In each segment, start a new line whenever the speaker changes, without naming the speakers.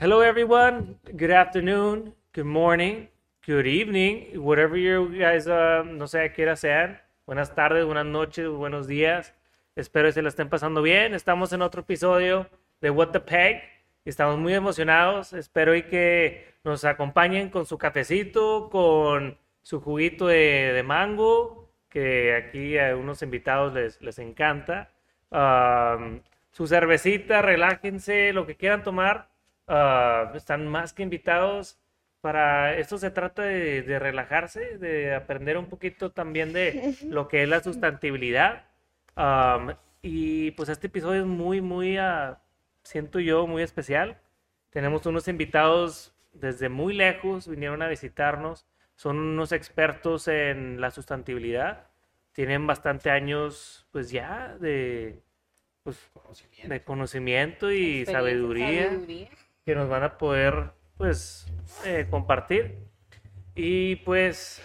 Hello, everyone. Good afternoon. Good morning. Good evening. Whatever you guys, uh, no sé a qué hora sean. Buenas tardes, buenas noches, buenos días. Espero que se la estén pasando bien. Estamos en otro episodio de What the Peg. Estamos muy emocionados. Espero y que nos acompañen con su cafecito, con su juguito de, de mango, que aquí a unos invitados les, les encanta. Am, su cervecita, relájense, lo que quieran tomar. Ah, están más que invitados. Para esto se trata de, de relajarse, de aprender un poquito también de lo que es la sustantibilidad. Am, y pues este episodio es muy, muy, ah, siento yo, muy especial. Tenemos unos invitados desde muy lejos, vinieron a visitarnos. Son unos expertos en la sustantibilidad. Tienen bastante años, pues ya, de, pues, de conocimiento y
Experiencia,
sabiduría
sabiduría.
que nos van a poder pues eh, compartir y pues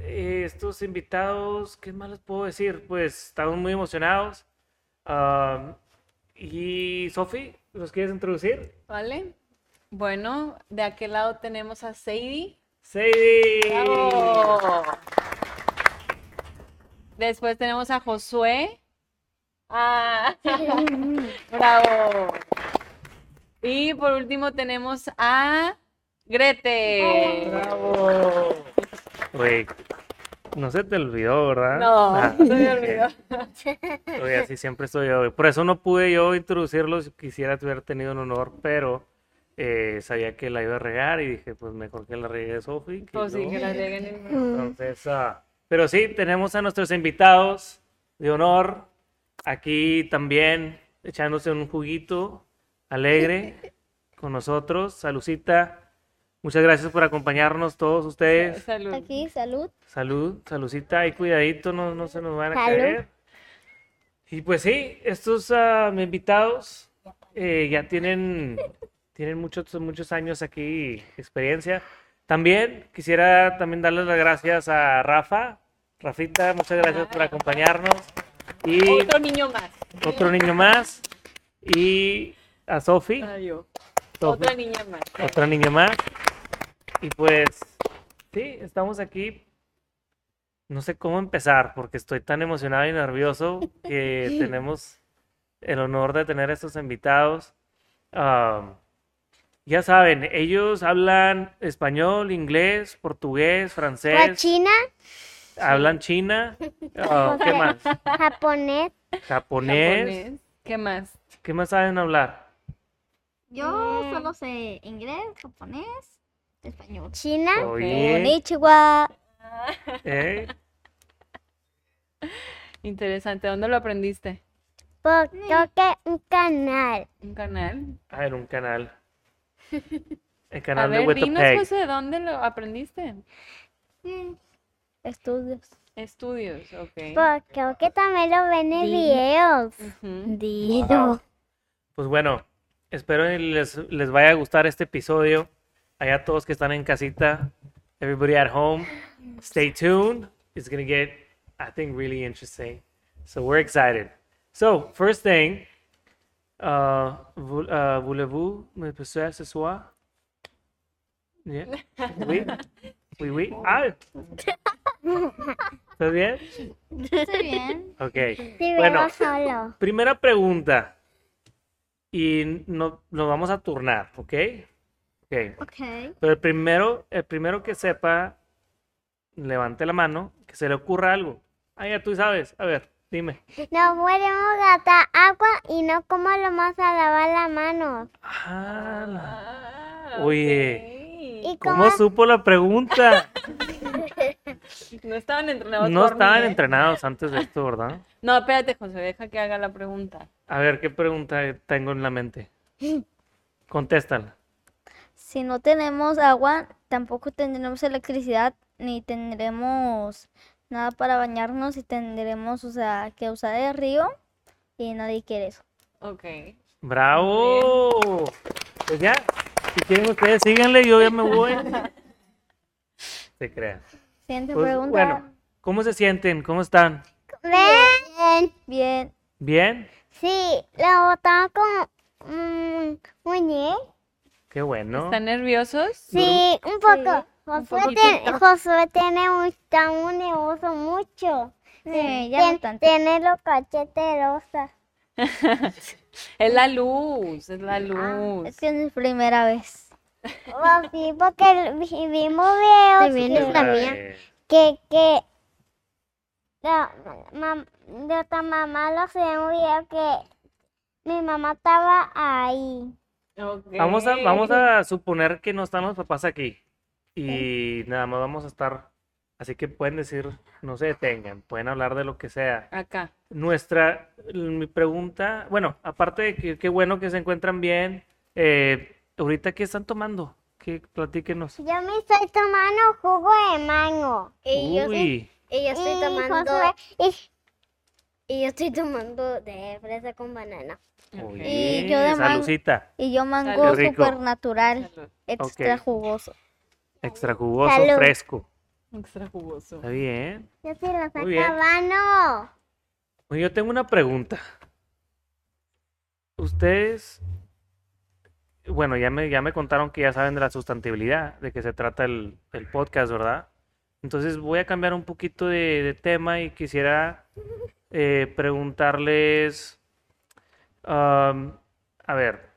eh, estos invitados qué más les puedo decir pues estamos muy emocionados Ah, y Sofi los quieres introducir
Vale. Bueno, de aquel lado tenemos a Sadie.
Sadie
Después tenemos a Josué. Ah, bravo. Y por último tenemos a Grete.
bravo Güey, no se te olvidó verdad
No,
Ah,
se me olvidó.
Oye, así siempre soy yo. güey. Por eso no pude yo introducirlos. Quisiera haber tenido un honor, pero eh, sabía que la iba a regar y dije, pues mejor que la riegue Sofi. que
Pues sí,
yo.
que la lleguen en-
Entonces, ah, pero sí, tenemos a nuestros invitados de honor aquí también echándose un juguito alegre con nosotros. Salucita, muchas gracias por acompañarnos todos ustedes.
Salud.
Aquí, salud.
Salud, saludcita y cuidadito, no, no se nos van a
Salud.
caer. Y pues sí, estos ah, mis invitados eh, ya tienen, tienen muchos, muchos años aquí, experiencia. También quisiera también darles las gracias a Rafa. Rafita, muchas gracias por acompañarnos. Y
Otro niño más.
otro niño más. Y a Sofi.
Ah, yo.
Sofi
Otra niña más.
otra niña más. Y pues, sí, estamos aquí. No sé cómo empezar, porque estoy tan emocionado y nervioso que tenemos el honor de tener a estos invitados. Am, ya saben, ellos hablan español, inglés, portugués,
Por
francés,
China,
hablan china, ah, ¿qué más?
japonés.
Japonés.
Japonés. ¿Qué más?
¿Qué más saben hablar?
Yo
Mm.
solo sé inglés, japonés, español.
China,
Ah,
Oye,
Konnichiwa.
¿eh?
Interesante. ¿Dónde lo aprendiste?
Porque toque un canal.
¿Un canal?
Ah, en un canal. El
A
canal de
ver,
With the
dinos,
Peg.
José, ¿dónde lo aprendiste?
Mm.
Estudios.
Estudios,
Pues,
ok.
Porque toque también lo ven en videos.
Ujú.
Dido.
Pues bueno, espero y les, les vaya a gustar este episodio. Allá todos que están en casita, everybody at home, stay tuned. It's going to get, I think, really interesting. So we're excited. So, first thing, uh, vou- uh, voulez-vous me passer ce soir? Yeah. Oui. Oui, oui. Ah. ¿Estás bien?
Estoy bien.
Ok.
Si
Bueno.
veo solo.
Primera pregunta. Y no, nos vamos a turnar, ¿ok? Ok.
Ok.
Pero el primero, el primero que sepa, levante la mano, que se le ocurra algo. Ah, ya tú sabes. A ver, dime.
No podemos gastar agua y no como lo vamos a lavar las manos.
Ah, la-
Ah,
Oye.
ok.
Y
¿Cómo
como
supo la pregunta?
No estaban entrenados.
No
por mí,
estaban
¿eh?
entrenados antes de esto, ¿verdad?
No, espérate, José, deja que haga la pregunta.
A ver, ¿qué pregunta tengo en la mente? Contéstala.
Si no tenemos agua, tampoco tendremos electricidad, ni tendremos nada para bañarnos y tendremos, o sea, que usar el río y nadie quiere eso.
Ok.
¡Bravo! Pues ya, si quieren ustedes síganle, yo ya me voy. Se crean.
Siguiente
Pues,
pregunta.
bueno, ¿cómo se sienten? ¿Cómo están?
ven.
Bien,
¿Bien?
mm, Sí, lo botamos con un muñeco.
Qué bueno.
¿Están nerviosos?
Sí, un poco. Josué,
poquito.
tiene- Josué tiene un, está un nervioso mucho.
Sí, ya no
Ten-
tanto.
Tiene los cachetes rosa.
Es la luz, es la
Es
luz.
que es mi primera vez.
Oh, Sí, porque vi- vimos
Te
videos
Pues
vienes
que-
la
Ay,
mía.
que, que la, mam- de otra mamá lo sé un video que mi mamá estaba ahí.
Vamos a, vamos a suponer que no están los papás aquí. Y nada más vamos a estar. Así que pueden decir, no se detengan, pueden hablar de lo que sea.
Acá.
Nuestra, mi pregunta, bueno, aparte de que qué bueno que se encuentran bien, eh, ahorita qué están tomando, que platíquenos.
Yo me estoy tomando jugo de mango.
Eh,
Y yo, estoy-
Uy,
y yo estoy
Y
tomando.
Mm, Josué- y-
Y yo estoy tomando de fresa con banana.
oye,
Y yo de man-
saludcita,
Y yo mango
Salud.
Qué rico.
super natural,
Salud.
extra
Ok.
jugoso.
extra jugoso,
Salud.
fresco.
Extra jugoso.
Está bien.
yo sí lo
Muy bien.
acabando.
Oye, Yo tengo una pregunta. Ustedes, bueno, ya me, ya me contaron que ya saben de la sustantibilidad, de que se trata el, el podcast, ¿verdad? Entonces voy a cambiar un poquito de, de tema y quisiera eh, preguntarles, am, a ver,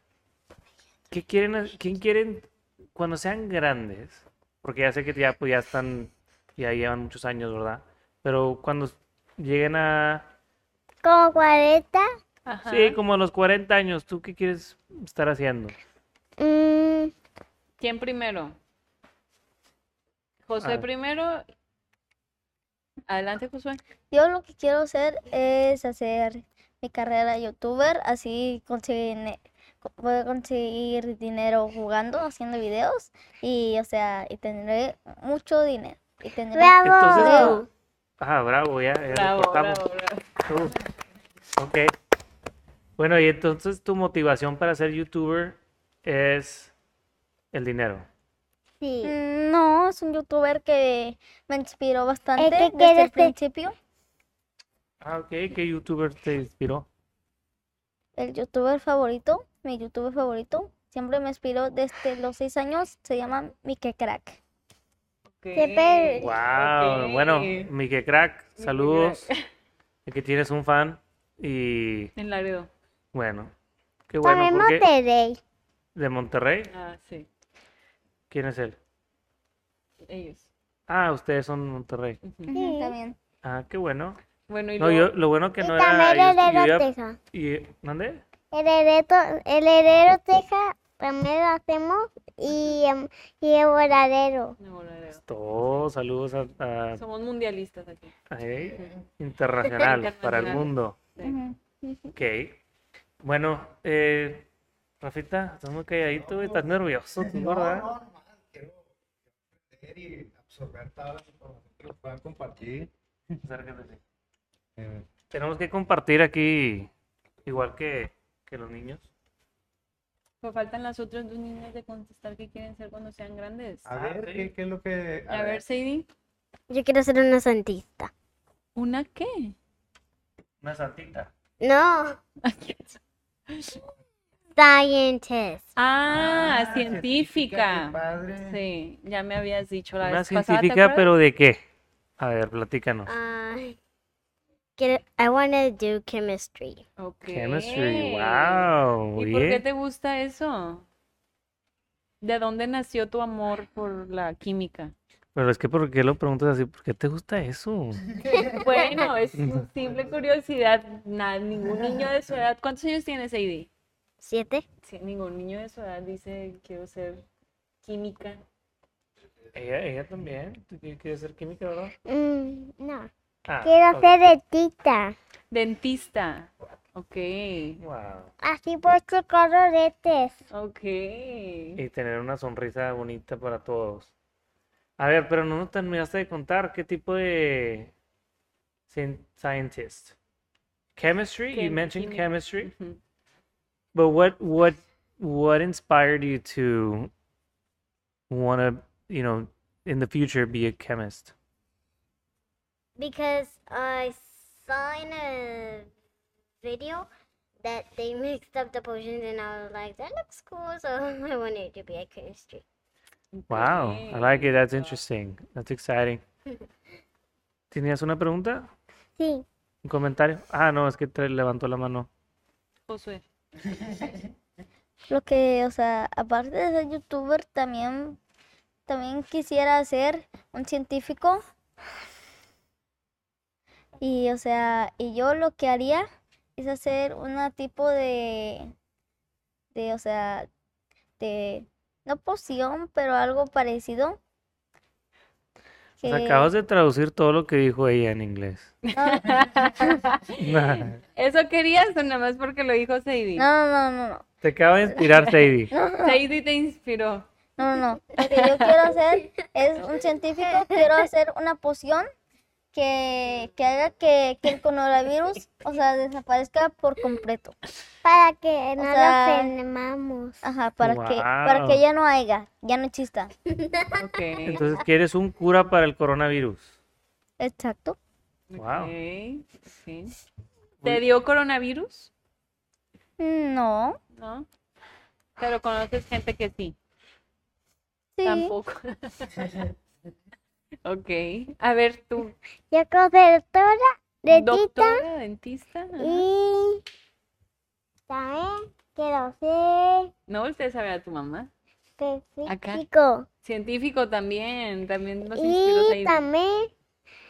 ¿qué quieren, ha- quién quieren cuando sean grandes? Porque ya sé que ya, pues, ya están, ya llevan muchos años, ¿verdad? Pero cuando lleguen a...
Como 40.
Ajá.
Sí, como a los 40 años, ¿tú qué quieres estar haciendo?
mm,
¿Quién primero? Josué
Ah.
primero. Adelante, Josué.
Yo lo que quiero hacer es hacer mi carrera youtuber, así conseguir, voy a conseguir dinero jugando, haciendo videos y, o sea, y tendré mucho dinero. Y tendré
Entonces,
bravo.
video.
ah, bravo, ya, ya
Bravo,
recortamos.
bravo, bravo.
Uh, ok. Bueno, y entonces tu motivación para ser youtuber es el dinero.
Sí.
Mm, No, es un youtuber que me inspiró bastante
que
desde el
quieres que-
principio.
Ah, ok, ¿qué youtuber te inspiró?
El youtuber favorito, mi youtuber favorito, siempre me inspiró desde los seis años, se llama Mike Crack.
Siempre-
Wow,
Ok.
bueno, Mike Crack,
Mike
saludos. De que tienes un fan y
En Laredo.
bueno, qué bueno
También
porque
Monterrey.
de Monterrey,
Ah, sí.
¿quién es él?
Ellos.
Ah, ustedes son de Monterrey.
Ujú.
Ujú,
Sí.
También.
Ah, qué bueno.
Bueno, y
No, yo,
luego-
lo bueno que
Y
no
también
era. yo- yo
Heredero
iba-
Teja.
y, ¿Mande?
Heredero, heredero Teja también lo hacemos. Y, em, y el voladero.
No, Laredo.
Todos saludos a, a-
Somos mundialistas aquí.
a- eh, internacional para el
Internacional.
mundo.
Ujú.
Ok. Bueno, eh, Rafita, estás muy calladito, güey, estás nervioso, tú, ¿verdad?
No, no, nomás quiero aprender y absorber toda la información que los puedan compartir.
Acércate.
Eh,
Tenemos que compartir aquí, igual que, que los niños.
Pero faltan las otras dos niñas de contestar qué quieren ser cuando sean grandes.
a
Ah,
ver,
sí.
¿qué, qué es lo que...?
A ver, Sadie.
Yo quiero ser una santista.
¿Una qué?
Una santita.
No. Scientist.
Ah,
qué
científica.
padre.
Sí, ya me habías dicho la
Una
vez pasada, ¿te
científica,
acuerdas? Ah,
pero ¿de qué? A ver, platícanos.
I, get I want to do chemistry.
Ok.
Chemistry, wow,
¿Y
muy
por qué
bien.
te gusta eso? ¿De dónde nació tu amor por la química?
Pero es que, ¿por qué lo preguntas así? ¿Por qué te gusta eso?
Bueno, es simple curiosidad. na- ningún niño de su edad. ¿Cuántos años tienes, Heidi?
¿Siete?
Sí, ningún niño de su edad dice quiero ser química.
Ella, ella también. ¿Tú qui- quieres ser química, verdad?
Mm, no.
Ah,
Quiero
ok.
ser retita.
Dentista. Ok.
Wow.
Así puedo checar oretes.
Ok.
Y tener una sonrisa bonita para todos. A ver, pero no nos terminaste de contar qué tipo de cien- scientist. Chemistry? you
Chem- mm-hmm.
mentioned
química.
chemistry.
Ujú.
But what what what inspired you to want to, you know, in the future be a chemist?
Because I saw in a video that they mixed up the potions and I was like, that looks cool. So I wanted to be a chemistry.
Wow, I
Okay.
like it. That's interesting. That's exciting. ¿Tenías una pregunta?
Sí.
¿Un comentario? Ah, no, es que te levantó la mano.
Josué.
Lo que, o sea, aparte de ser youtuber, también, también quisiera ser un científico. Y, o sea, y yo lo que haría es hacer una tipo de, de, o sea, de, no poción, pero algo parecido.
O sea,
que-
acabas de traducir todo lo que dijo ella en inglés.
¿Eso querías o nada más porque lo dijo Sadie?
No, no, no, no,
Te acaba de inspirar, Sadie.
Sadie te inspiró.
no, no, no. Lo que yo quiero hacer es un científico, quiero hacer una poción que, que haga que, que el coronavirus, o sea, desaparezca por completo.
Para que no
sea,
lo enfermamos.
Ajá, para que para que
Guau.
ya no haya, ya no exista.
Ok.
Entonces, ¿quieres un cura para el coronavirus?
Exacto.
Wow.
ok, sí. ¿Te dio coronavirus?
No.
¿No? Pero conoces gente que sí.
Sí.
Tampoco. ok. A ver, tú.
Yo como doctora, dentista
Doctora, dentista. ajá.
y también quiero ser
No voltees a ver a tu mamá. Acá.
científico.
Científico también. También nos inspiró
Y
Said.
también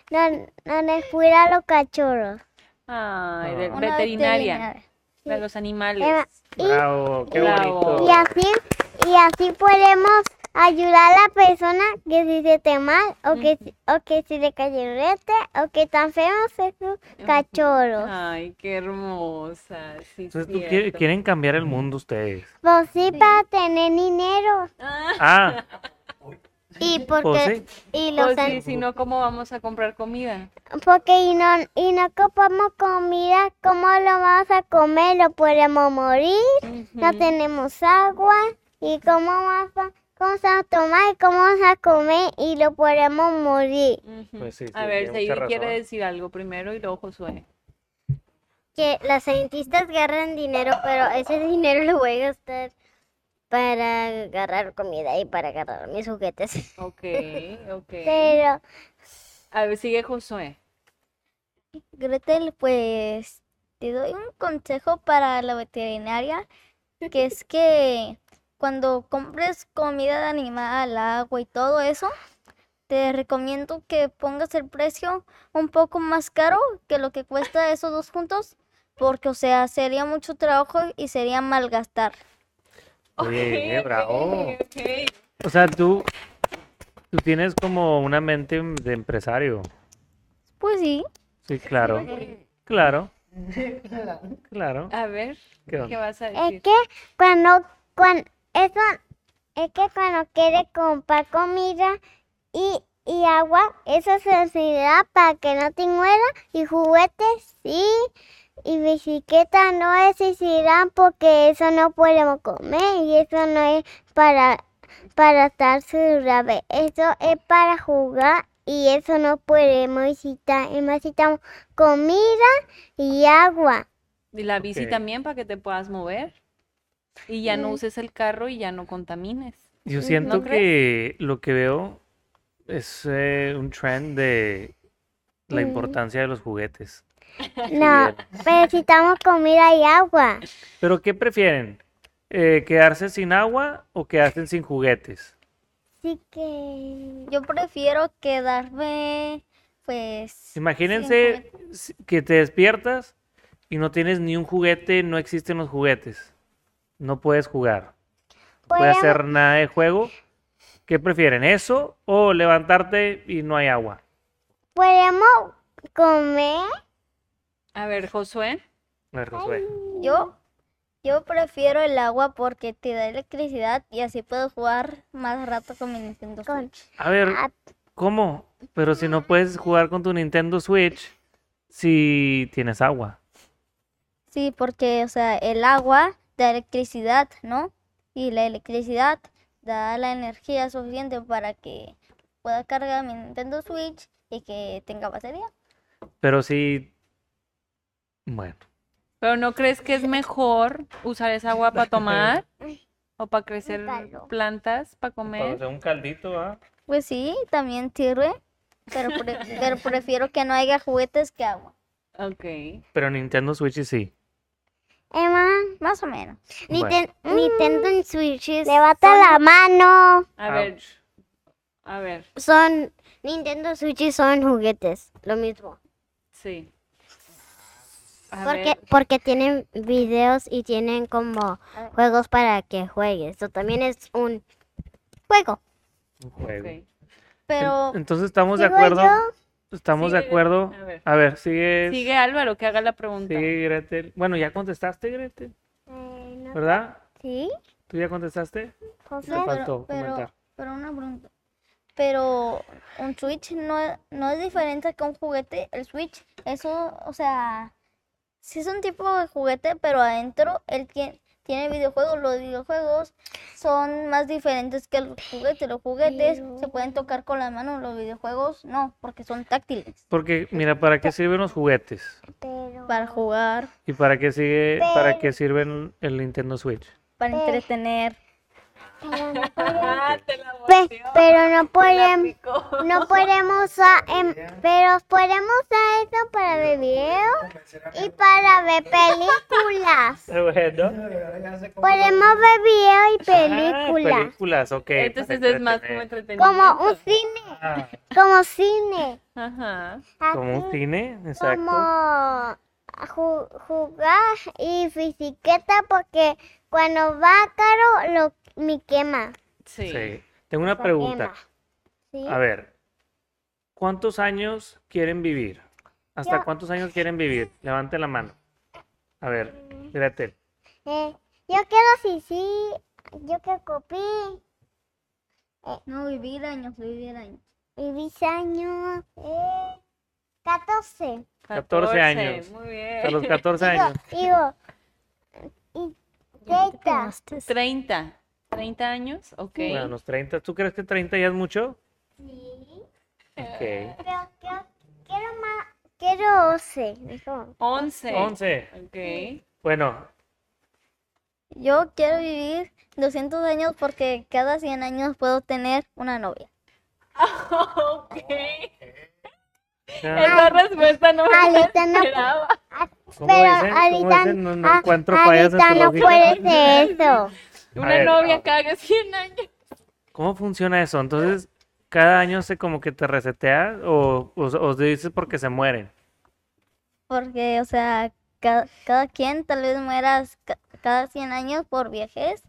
don- donde cuida a los cachorros.
Ay, de-
Ah.
Una
veterinaria.
veterinaria.
De los
Eva,
animales.
Bravo, qué
Bravo.
bonito.
Y así, y así podemos ayudar a la persona que si se esté mal o que, si- o que si le cayó un rete o que están feos esos cachorros.
Ay, qué hermosa. Sí,
Entonces, tú quie-
cierto.
quieren cambiar el mundo ustedes.
Pues sí, para tener dinero.
Ah,
Ah,
Y porque,
pues sí.
y los
pues sí, si no, ¿cómo vamos a comprar comida?
Porque y no, y no compramos comida, ¿cómo lo vamos a comer? ¿Lo podemos morir? No
Ujú.
tenemos agua. ¿Y cómo vamos a, cómo se va a tomar? ¿Y cómo vamos a comer? Y lo podemos morir.
Ujú.
Pues sí,
a
sí,
ver,
tiene mucha
Seidi quiere
razón.
decir algo primero y luego Josué.
Que los cientistas ganan dinero, pero ese dinero lo voy a gastar para agarrar comida y para agarrar mis juguetes.
Ok, ok.
Pero
A ver, sigue Josué.
Gretel, pues te doy un consejo para la veterinaria, que es que cuando compres comida de animal, agua y todo eso, te recomiendo que pongas el precio un poco más caro que lo que cuesta esos dos juntos, porque o sea, sería mucho trabajo y sería malgastar.
Oye,
Ok,
eh, bravo.
ok.
O sea, tú, tú tienes como una mente de empresario.
Pues sí,
Sí, claro. Claro. Claro.
A ver,
¿Qué
¿qué
onda?
vas a
es
decir?
que cuando, cuando eso, es que cuando quiere comprar comida y, y agua, eso se servirá para que no te muera y juguetes sí. Y bicicleta no necesitarán porque eso no podemos comer y eso no es para, para estar saludable. Eso es para jugar y eso no podemos visitar. Y necesitamos comida y agua.
Y la bici
Ok.
también para que te puedas mover. Y ya no uses el carro y ya no contamines.
Yo siento que
crees?
lo que veo es eh, un trend de la importancia de los juguetes.
No, necesitamos comida y agua.
¿Pero qué prefieren? Eh, ¿quedarse sin agua o quedarse sin juguetes?
Así que
yo prefiero quedarme, pues,
Imagínense si- que te despiertas y no tienes ni un juguete, no existen los juguetes. No puedes jugar. No puedes hacer nada de juego. ¿Qué prefieren? ¿Eso o levantarte y no hay agua?
podemos comer.
A ver, Josué.
A ver, Josué.
Yo, yo prefiero el agua porque te da electricidad y así puedo jugar más rato con mi Nintendo Switch.
A ver, ¿cómo? Pero si no puedes jugar con tu Nintendo Switch si tienes agua.
Sí, porque, o sea, el agua da electricidad, ¿no? Y la electricidad da la energía suficiente para que pueda cargar mi Nintendo Switch y que tenga batería.
Pero si... Bueno.
Pero ¿no crees que es mejor usar esa agua para tomar o para crecer
caldo.
plantas,
Para
para comer?
hacer un caldito, ¿ah?
Pues sí, también sirve, pero, pre- pero prefiero que no haya juguetes que agua,
Ok.
Pero Nintendo Switch y sí.
Emma,
más o menos.
Bueno.
Niten- Nintendo en Switch es-
levanta
son-
la mano.
A ver,
Ouch.
a ver,
son Nintendo Switch son juguetes, lo mismo.
sí. A
Porque,
ver,
porque tienen videos y tienen como juegos para que juegues. Eso también es un juego.
Un juego.
ok.
Pero
En- Entonces estamos de
¿Sigo
acuerdo. Estamos de
Sigue-
acuerdo.
a ver.
A ver, sigue.
Sigue Álvaro que haga la pregunta.
sigue, Gretel. Bueno, ya contestaste, Gretel,
Eh, no.
¿verdad?
Sí,
¿Tú ya contestaste? Te
José.
faltó
pero,
comentar.
pero una pregunta. Pero un Switch no, es- no es diferente que un juguete. El Switch es un, o sea, sí es un tipo de juguete, pero adentro él tiene, tiene videojuegos. Los videojuegos son más diferentes que los juguetes. Los juguetes se pueden tocar con las manos, los videojuegos no, porque son táctiles.
Porque, mira, ¿para qué sirven los juguetes?
Pero,
Para jugar,
¿Y para qué sigue, para qué sirven el Nintendo Switch?
para entretener.
pero no,
Ah, te la
pe-
volteó,
pero no
te la
podemos.
picó.
No podemos usar, em, pero podemos usar eso para ver videos y para ver películas.
Bueno.
Podemos ver videos
Ah,
y películas.
películas, ok.
Entonces
para
es más como
entretener.
entretenimiento.
Como un cine,
Ah,
como cine.
Ajá.
como un
así
cine, exacto.
Como ju- jugar y fisiqueta porque cuando va caro lo me quema.
Sí.
Sí. Tengo una pregunta.
¿sí?
A ver, ¿cuántos años quieren vivir? ¿Hasta
Yo-
cuántos años quieren vivir? Levante la mano. A ver, Gretel.
Eh, yo quiero sí, sí, yo quiero copiar.
No, vivir años, vivir años.
Viví años. Eh, 14.
14 años.
Muy
A los
bien.
14
Digo,
años.
digo, y 30.
30. 30 años, ok.
Bueno, a los 30. ¿Tú crees que 30 ya es mucho? Ok.
Pero quiero, quiero más. Quiero 11, mejor.
11.
11.
Ok.
Bueno,
Yo quiero vivir 200 años porque cada 100 años puedo tener una novia.
Ok.
ya,
Esa respuesta no me la
Ahorita no,
esperaba.
¿cómo
pero
dicen? ¿Cómo
ahorita-
dicen? No, no
ah,
encuentro fallas
ahorita no
astrológicas.
puede ser eso.
Una
ver,
novia
ah.
cada 100 años.
¿Cómo funciona eso? Entonces, cada año se como que te resetea o os, os dices porque se mueren.
Porque, o sea, cada, cada quien tal vez mueras ca- cada 100 años por viajes.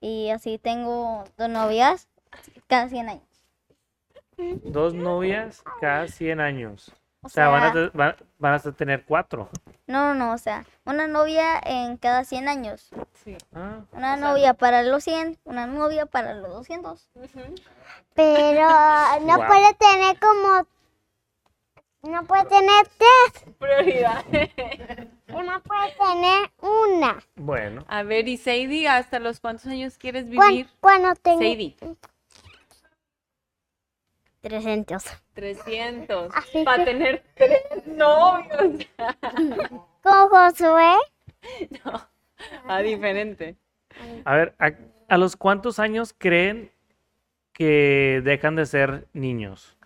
Y así tengo dos novias cada 100 años.
Dos novias cada 100 años.
O
O sea, van a,
sea,
te- van- van a tener cuatro.
no, no, no, o sea, una novia en cada 100 años.
Sí.
Ah,
Una
O sea,
novia para los 100, una novia para los 200.
Ujú.
Pero no
Guau.
puede tener como. No puede tener tres.
Prioridades.
Y más puede tener una.
bueno.
A ver, y Sadie, ¿hasta los cuántos años quieres
Cuando,
vivir?
cuando tenga.
Sadie,
300.
300.
Así
Para
que-
tener tres novios.
Con Josué.
No. Ah, diferente.
A ver, ¿a, a los cuántos años creen que dejan de ser niños?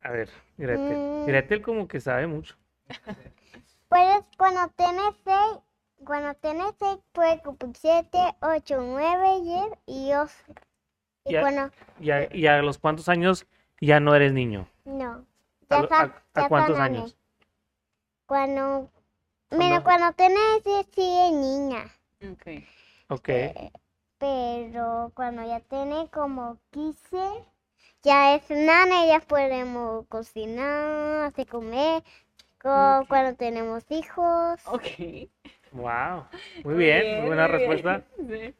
A ver, Gretel.
Mm.
Gretel como que sabe mucho.
Puedes, cuando tienes seis. Cuando tienes seis, puedes cumplir siete, ocho, nueve, diez y dos. Y
Ya.
cuando.
¿Y a, y a los cuántos años ya no eres niño?
No.
¿A,
Ya
lo-
sa-
a- a
ya
cuántos
sanaré.
años?
Cuando.
Cuando-
Mira, cuando tenés sí, sigue niña.
Ok.
Ok.
Pero cuando ya tiene como 15, ya es nana, ya podemos cocinar, hacer comer. co-
Ok.
Cuando tenemos hijos.
Ok.
Wow. Muy bien, muy buena
muy bien.
respuesta.
Sí.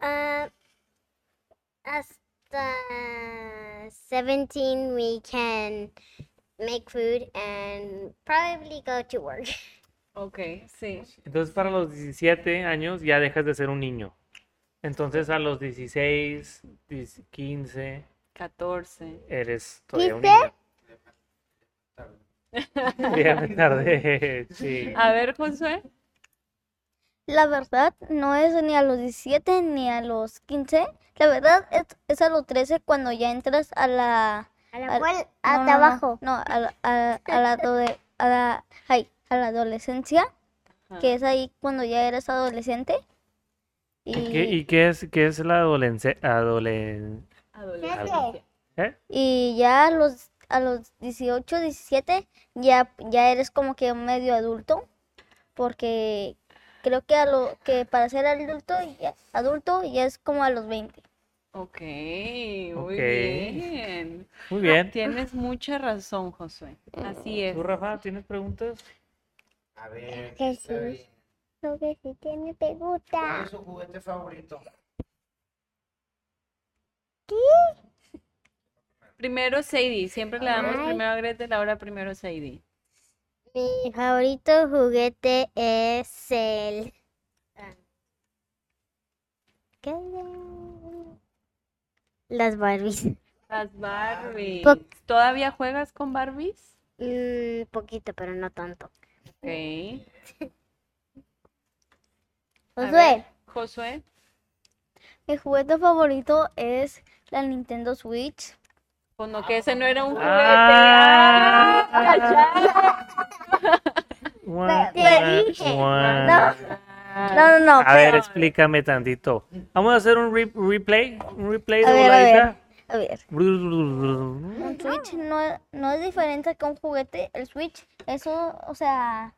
Ah, hasta 17 we can make food and probably go to work.
Ok, sí.
Entonces, para los 17 años ya dejas de ser un niño. Entonces, a los 16, 10, 15,
14.
eres todavía un
¿Quince?
niño. Ya me tardé. Sí.
A ver, Josué.
La verdad no es ni a los 17 ni a los 15. La verdad es, es a los 13 cuando ya entras a la...
A
Al-
la cual,
no,
hasta
no, no,
abajo.
No, a la, a, a la, adole- a la, ay, a la adolescencia,
Ah.
que es ahí cuando ya eres adolescente.
¿Y qué, y qué es, qué es la adolescencia? Adolen...
Ah, Adolescencia.
¿Eh?
Y ya a los, a los 18, 17, ya, ya eres como que medio adulto, porque creo que, a lo, que para ser adulto ya, adulto ya es como a los 20.
Ok, muy
Ok.
bien.
Muy bien.
Tienes mucha razón, Josué. Así es.
¿Tú, Rafa, tienes preguntas?
A ver,
Que
está
sí.
bien.
Lo que sí tiene
¿Cuál
pregunta.
es su juguete favorito?
Primero Sadie, siempre le damos
Ay.
primero a Gretel, ahora primero Sadie.
Mi favorito juguete es el. ¿Qué? Las Barbies.
Las Barbies.
Po-
¿Todavía juegas con Barbies?
Mm, poquito, pero no tanto.
Ok. A
Josué,
ver, Josué.
Mi juguete favorito es la Nintendo Switch.
Pues no, que ese no era un juguete.
Ah.
ay, ya.
Guau,
te
guau,
dije.
guau.
No, no, no.
A ver, explícame tantito. Vamos a hacer un re- replay. Un replay de
A ver, a ver.
voladita.
A ver. Un Switch no, no es diferente que un juguete. El Switch, eso, o sea,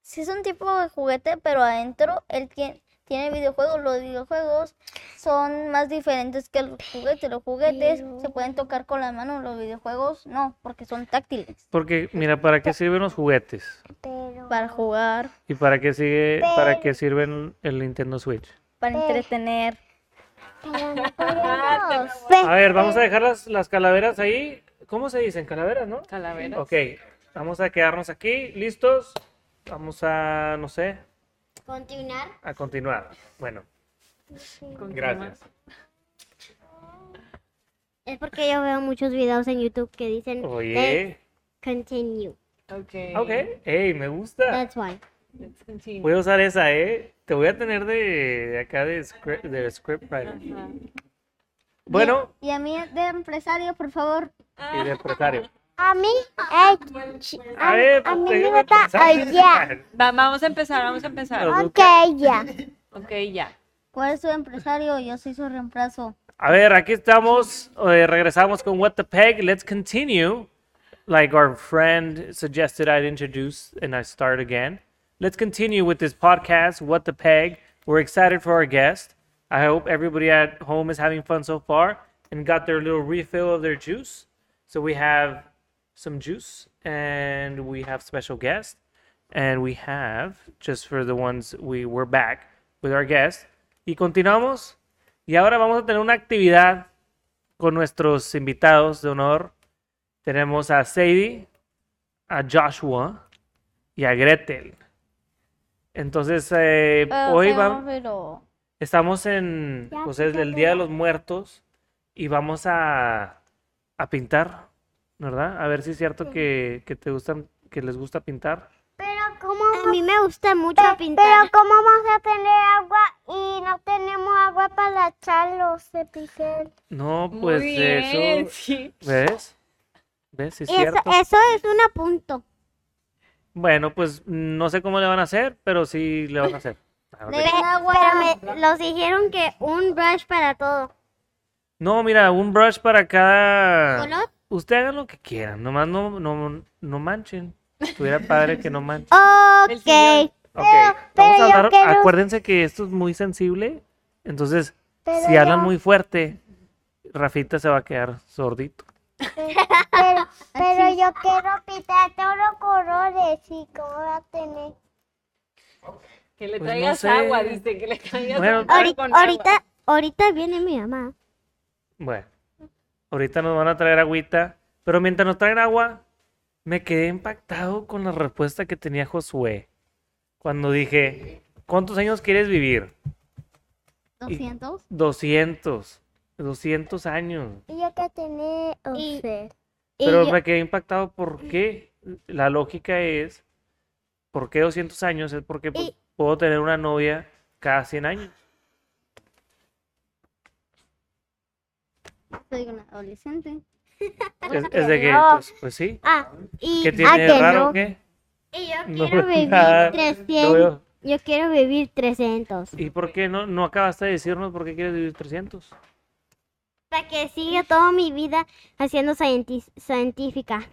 sí es un tipo de juguete, pero adentro él tiene, tiene videojuegos. Los videojuegos son más diferentes que los juguetes. Los juguetes se pueden tocar con las manos, los videojuegos no, porque son táctiles.
Porque, mira, ¿para qué sirven los juguetes?
Pero.
Para jugar,
¿Y para qué, sigue, para qué sirven el Nintendo Switch?
para entretener.
pero no podemos.
A ver, vamos a dejar las, las calaveras ahí. ¿Cómo se dicen? Calaveras, ¿no?
Calavera.
Ok, vamos a quedarnos aquí, listos. Vamos a, no sé,
continuar.
a continuar. Bueno,
Continúa.
gracias.
Es porque yo veo muchos videos en YouTube que dicen eh,
Oye,
continue.
Ok.
ok, Pues- hey, me gusta.
That's why.
Let's continue.
Voy a usar esa, ¿eh? Te voy a tener de, de acá de script, de scriptwriter.
Ajá.
Bueno,
Y a mí de empresario, eh, por favor.
y de empresario.
A mí, ay,
A ver,
Ah. a
pues,
mí me
déjame
gusta
pensar.
allá.
Va- vamos a empezar, vamos a empezar.
Nos
ok,
gusta-
ya.
Ok, ya.
¿Cuál es su empresario? Yo soy su reemplazo.
A ver, aquí estamos. eh, regresamos con What the Peg. Let's continue. Like our friend suggested, I'd introduce and I start again. Let's continue with this podcast, What the Peg. We're excited for our guest. I hope everybody at home is having fun so far and got their little refill of their juice. So we have some juice and we have special guest and we have just for the ones we were back with our guest. Y continuamos. Y ahora vamos a tener una actividad con nuestros invitados de honor. Tenemos a Sadie, a Joshua y a Gretel. Entonces, eh, hoy vamos...
Pero...
Estamos en pues, es el Día de los Muertos y vamos a, a pintar, ¿verdad? A ver si es cierto que, que te gustan, que les gusta pintar.
Pero ¿cómo,
A mí me gusta mucho
va- pero
pintar.
¿cómo vamos a tener agua y no tenemos agua para echarlos de pincel?
No,
Muy
pues
bien.
eso.
Sí.
¿Ves? ¿Ves? Sí es
Eso,
cierto.
eso es un apunto.
Bueno, pues no sé cómo le van a hacer, pero sí le van a hacer. A ver.
Negro agua.
Pero me los dijeron que un brush para todo.
No, mira, un brush para cada.
¿Color?
Usted hagan lo que quieran, nomás no, no, no manchen. Estuviera padre que no manchen. Ah.
El
Ok.
señor.
Ok,
pero
vamos a
yo
hablar.
quiero-
Acuérdense que esto es muy sensible. Entonces,
Pero
si hablan
yo-
muy fuerte, Rafita se va a quedar sordito.
Pero, pero yo quiero pintar todos los colores y cómo va a tener.
Que le
Pues no
traigas
sé.
agua, dice, que le traigas
Bueno,
agua
Ahori-
con agua.
ahorita, ahorita viene mi mamá.
Bueno, ahorita nos van a traer agüita. Pero mientras nos traen agua, me quedé impactado con la respuesta que tenía Josué. Cuando dije, ¿cuántos años quieres vivir?
200.
200. 200 años.
Y yo que tener.
Y-
once.
Y
Oh,
Pero
yo-
me quedé impactado, ¿por qué? la lógica es, ¿por qué 200 años? Es porque pues,
Y-
puedo tener una novia cada 100 años.
Soy una adolescente.
Es, es de que,
Ah, no.
pues, pues sí.
Ah, y
¿Qué tiene
ah,
de
que
raro?
no.
¿Qué?
Y yo
No
quiero
veo
vivir
nada, no
300.
veo.
Yo quiero vivir 300.
¿Y por qué no, no acabaste de decirnos por qué quieres vivir 300?
Para que siga toda mi vida haciendo scienti- científica.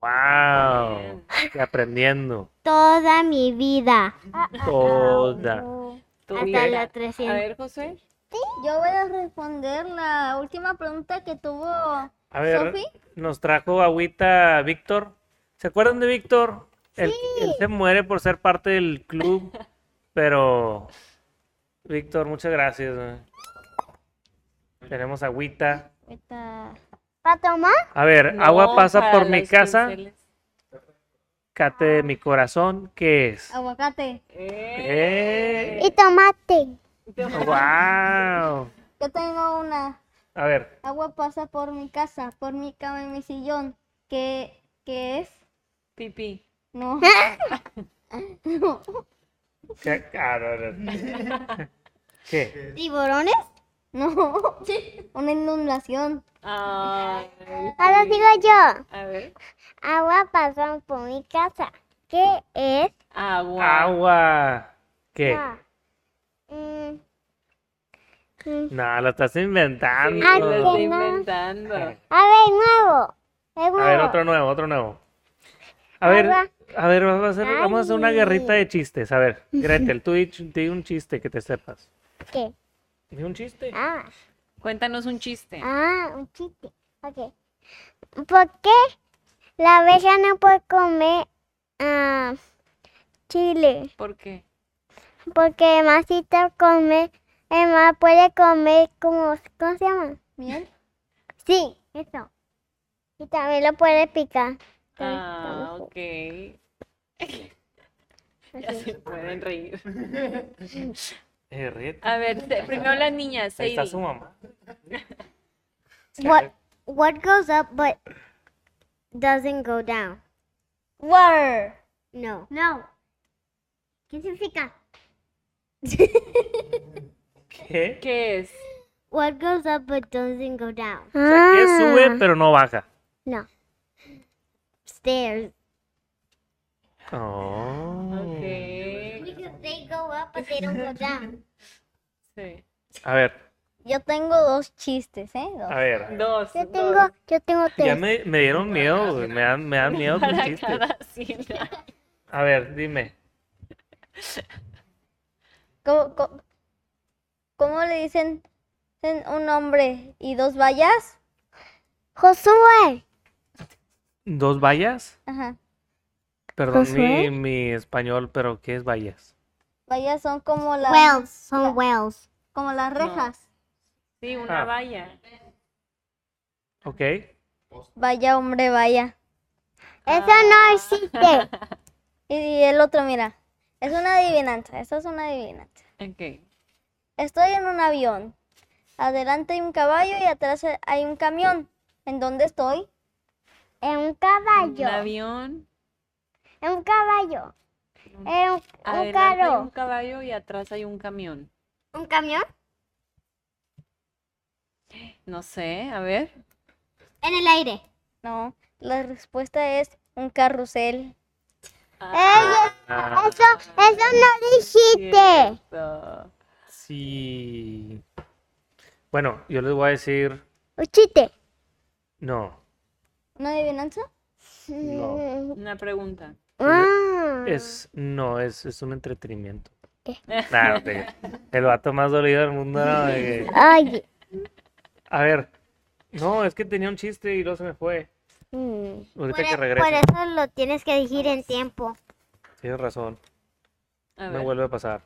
¡Wow! Y aprendiendo.
Toda mi vida.
Toda.
Tú
Hasta
bien.
la
A
300.
ver, José.
Yo voy a responder la última pregunta que tuvo
A ver,
Sofi.
nos trajo agüita Víctor. ¿Se acuerdan de Víctor? Él, él se muere por ser parte del club, pero Víctor, muchas gracias. eh. Tenemos agüita.
Ahorita-
¿Para tomar?
A ver, Eh, agua
No,
pasa
para
por mi
los
casa,
pinceles.
cate de mi corazón, ¿qué es?
Aguacate.
¡Eh!
Eh,
Y tomate.
¡Wow!
Yo tengo una.
A ver,
Agua pasa por mi casa, por mi cama y mi sillón. ¿Qué, qué es?
pipí.
No.
¿qué? Ah, no, no. ¿Qué?
¿Tiburones?
No. Una inundación.
Ay,
Ahora digo yo.
a ver.
Agua pasó por mi casa. ¿Qué es?
Agua.
Agua. ¿Qué?
Ah, mm,
No, lo estás
Sí,
inventando.
Ah,
lo
que
estoy
no.
inventando.
A ver, nuevo. Es
A ver,
nuevo.
otro nuevo, otro nuevo. A ver,
Agua.
a ver, vamos a hacer, vamos a hacer una
Ay.
guerrita de chistes. A ver, Gretel, tú di, di un chiste que te sepas.
¿Qué?
Di un chiste.
Ah,
Cuéntanos un chiste.
ah, un chiste. Ok. ¿Por qué la abeja no puede comer ah, chile?
¿Por qué?
Porque Masita come, Emma puede comer como, ¿cómo se llama?
Miel.
Sí, eso. Y también lo puede picar.
Ah, ok. Ya se pueden reír.
Eh, ríete.
A ver, te- primero las niñas.
Ahí está
Ah, Sadie.
su mamá.
What, what goes up but doesn't go down?
Water.
No.
No. ¿Qué significa?
¿Qué?
¿Qué es?
What goes up but doesn't go down? Ah.
O sea,
Ah.
que sube pero no baja.
Stairs.
Oh.
Ok.
They go up but they don't go down.
Sí.
A ver,
Yo tengo dos chistes, ¿eh? Dos.
a ver.
Dos.
Yo
dos
tengo, yo tengo
Ah, Ya
tres.
me, me dieron miedo, güey, me dan, me dan miedo tus
para
chistes.
cada sílaba.
A ver, dime.
¿Cómo, cómo- cómo le dicen dicen un hombre y dos vallas?
Pues
Josué.
¿Dos vallas?
Ajá.
Perdón mi,
¿Josué?
mi español, pero ¿qué es vallas?
Vallas son como las
Wells. Son wells.
como las rejas.
Sí, una
Ah.
valla.
¿Ok?
Vaya hombre, vaya.
Eso
Ah.
no existe.
Y, y el otro, mira, es una adivinanza. Esto es una adivinanza.
Ok.
Estoy en un avión. Adelante hay un caballo y atrás hay un camión. ¿En dónde estoy?
Es un
Un
caballo.
avión.
Es un caballo. Es un, un
Adelante hay un
carro.
caballo y atrás hay un camión.
¿Un camión?
No sé, a ver.
En el aire.
No, la respuesta es un carrusel.
Ah,
Eso, eso no dijiste.
Ah, Cierto.
sí. Bueno, yo les voy a decir,
Un chiste.
no.
¿Una adivinanza?
No.
Una pregunta.
Ah.
Eh,
Es, no, es, es un entretenimiento. Nah, no te creas. el vato más dolido del mundo. ¿no? De que-
Ay.
eh.
A ver. No, es que tenía un chiste y luego se me fue.
mm.
Ahorita
Por,
que
e-
regrese.
por eso lo tienes que decir en tiempo.
Tienes razón.
A
Me
ver.
vuelve a pasar.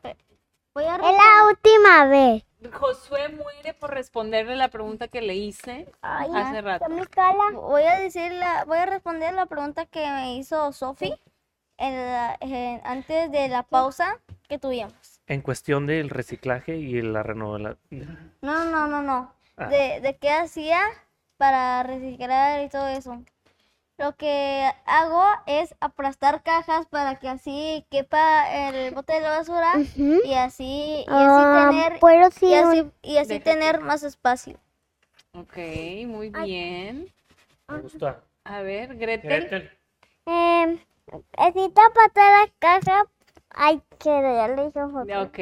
Voy a
Es la última vez.
Josué muere por responderle la pregunta que le hice hace rato.
¿Con mi cola?
Voy a decir la, voy a responder la pregunta que me hizo Sofi en la- en- antes de la pausa que tuvimos.
En cuestión del reciclaje y la renovación.
Ah.
No, no, no, no.
Ah.
De, de qué hacía para reciclar y todo eso. Lo que hago es aplastar cajas para que así quepa el bote de la basura
Ujú.
y así, y así
Ah,
tener,
puedo sí,
y así, y así
Déjate.
tener más espacio.
Ok, muy bien.
Me gusta.
A ver, Gretel.
Gretel.
Em,
eh, necesito apretar la caja. Ay, que ya le hice foto.
Ok.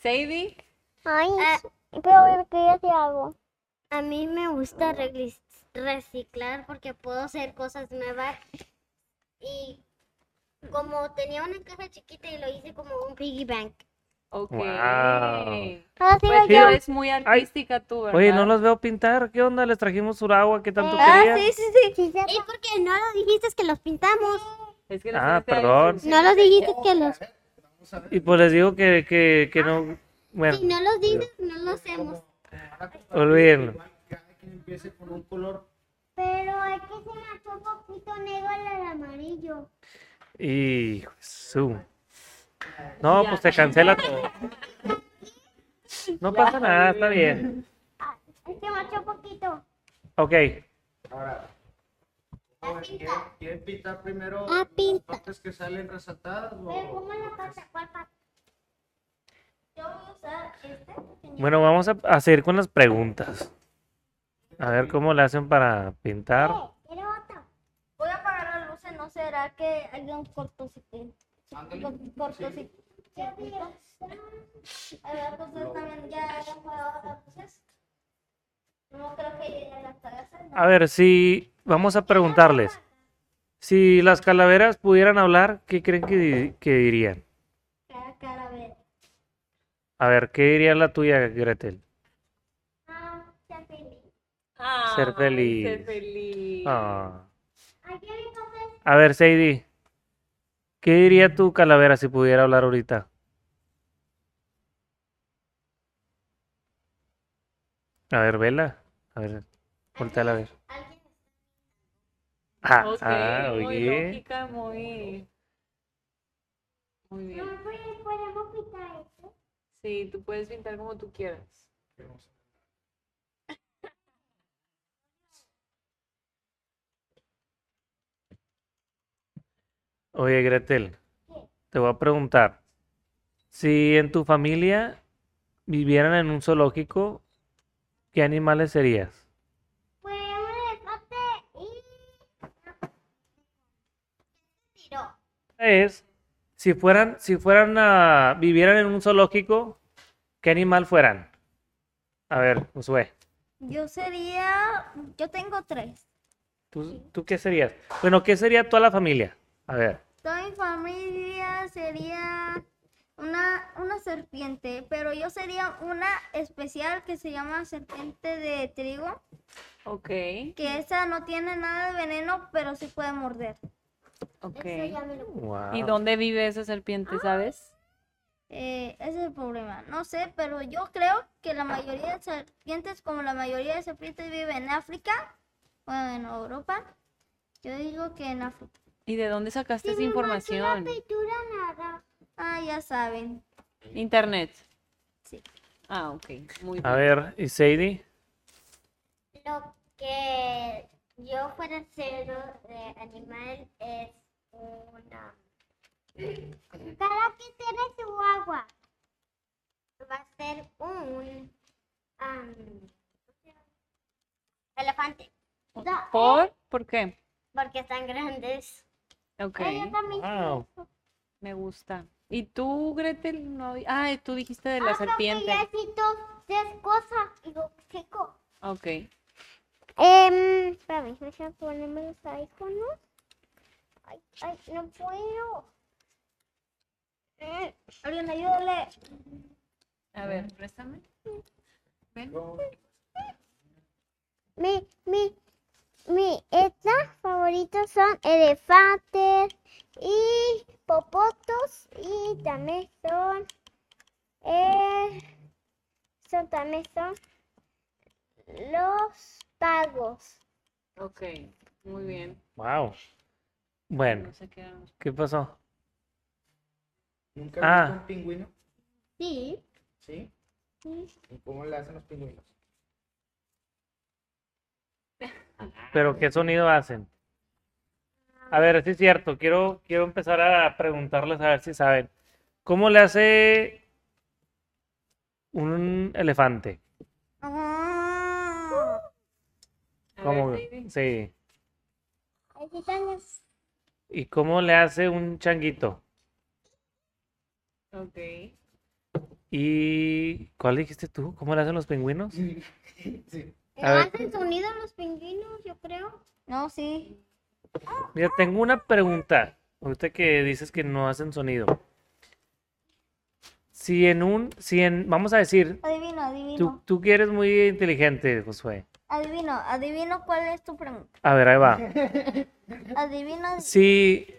Sadie.
Ay,
Ah.
pero ¿qué ya te hago?
A mí me gusta reglis- reciclar porque puedo hacer cosas nuevas. Y como tenía una caja chiquita y lo hice como un piggy bank.
Ok.
Wow.
Ah,
Ahora sí
Pues
voy yo.
eres muy artística tú, ¿verdad?
Oye, no los veo pintar. ¿Qué onda? Les trajimos Suragua. ¿Qué tanto
Eh,
Ah,
querían?
sí, sí, sí.
Sí, ya-
¿Y por qué no lo dijiste que los pintamos?
Es que
Ah,
les hace
perdón.
alusión.
No los dijiste que los...
Vamos a ver,
Y pues les digo que, que, que no. Bueno,
Ah, Si no los dices, no los hacemos.
van a compartir,
olvídenlo.
igual Cada quien empiece con un color.
Pero es que se me fue un poquito negro al amarillo.
Y. Su. No, pues se cancela todo. No pasa nada, está bien.
Es que marchó un poquito.
Ok.
Ahora, ¿quieren- ¿quieren pintar primero
Ah,
las
pinta.
partes que salen resaltadas? o-
Pero ¿cómo la pasa? ¿Cuál pasa?
este
Bueno, vamos a a seguir con las preguntas. A ver cómo le hacen para pintar.
¿Quiere otra?
Eh, Voy a apagar las luces, ¿no será que hay un cortocircuito?
Ándale.
cortocircuito. A ver, pues ustedes también ya han apagado las luces. No creo que lleguen hasta casa.
A ver, si vamos a preguntarles. Si las calaveras pudieran hablar, ¿qué creen que, di- que dirían?
Cara, cara, a ver.
A ver, ¿qué diría la tuya, Gretel?
Ah, está feliz.
Ay,
Ser feliz.
Ser feliz.
Ah.
Aquí hay entonces
A ver, Sadie, ¿qué diría tu calavera si pudiera hablar ahorita? A ver, vela. A ver, volteala a ver.
alguien.
Ah,
Ok,
ah,
muy
oye.
lógica, muy... Muy bien.
No, pues, podemos quitar esto.
Sí, tú puedes pintar como tú quieras.
este,
Oye, Gretel, te voy a preguntar. Si en tu familia vivieran en un zoológico, ¿qué animales serías?
Pues un elefante y. Tiro.
Es, si fueran, si fueran a, vivieran en un zoológico, ¿qué animal fueran? A ver, Josué,
Yo sería. Yo tengo tres.
¿tú, tú qué serías? Bueno, ¿qué sería toda la familia? A ver,
Toda mi familia sería una, una serpiente, pero yo sería una especial que se llama serpiente de trigo,
Ok,
que esa no tiene nada de veneno, pero sí puede morder.
ok.
Eso ya Ah. me lo.
wow.
¿Y dónde vive esa serpiente, sabes?
Eh, ese es el problema. No sé, pero yo creo que la mayoría de serpientes, como la mayoría de serpientes, viven en África o en Europa. Yo digo que en África.
¿Y de dónde sacaste esa
me manchó la
información?
pintura naranja.
Ah, ya saben.
Internet.
Sí.
Ah, ok, muy
A
bien.
ver, ¿y Sadie?
Lo que yo fuera cero de animal es una. Cada que tiene su agua va a ser un am, elefante. No,
¿Por? ¿Por qué?
porque están grandes.
Ok,
Ay, yo también
Wow.
me gusta. ¿Y tú, Gretel? No... Ah, tú dijiste de la
Ah, porque yo
serpiente.
necesito tres cosas. Y lo seco.
Ok,
Em, espérame, déjame ponerme los audífonos. Ay, ay, no puedo. Eh, Alguien ayúdale.
a ver, préstame. Ven.
Mi, mi, mi, estas favoritos son elefantes y popotos y también son, eh, son también son los pagos.
Ok, muy bien.
Wow. Bueno,
No sé qué era.
¿qué pasó?
¿Nunca
Ah.
has visto un pingüino?
Sí.
¿Sí? ¿Y cómo le hacen los pingüinos?
¿Pero qué sonido hacen? A ver, sí es cierto. Quiero, quiero empezar a preguntarles a ver si saben. ¿Cómo le hace un elefante?
A
¿Cómo?
ver, Heidi.
Sí.
Así también.
¿Y cómo le hace un changuito?
Ok.
¿Y cuál dijiste tú? ¿Cómo le hacen los pingüinos?
Sí.
A
¿No
ver.
hacen sonido los pingüinos, yo creo?
No, sí.
Mira, tengo una pregunta. Ahorita que dices que no hacen sonido. Si en un, si en, vamos a decir,
Adivino,
tú,
adivino.
tú que eres muy inteligente, Josué.
Adivino, adivino cuál es tu pregunta.
A ver, ahí va.
Adivino. adi-
Si,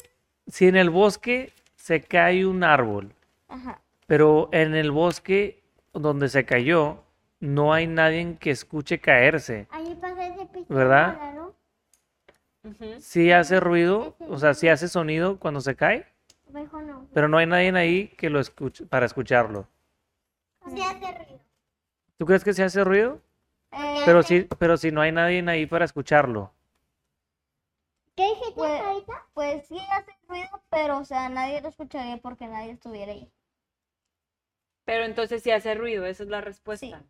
si en el bosque se cae un árbol,
Ajá.
pero en el bosque donde se cayó, no hay nadie que escuche caerse,
Ahí pasa ese pico.
¿verdad?
¿no?
Ujú.
Si hace ruido, o sea, si hace sonido cuando se cae,
Mejor no.
pero no hay nadie ahí que lo escuche para escucharlo.
Se hace ruido.
¿Tú crees que se hace ruido?
Eh,
Pero si, pero si no hay nadie ahí para escucharlo.
¿Qué dijiste
Pues-
ahorita?
pues sí hace ruido, pero o sea, nadie lo escucharía porque nadie estuviera ahí.
Pero entonces sí hace ruido, esa es la respuesta.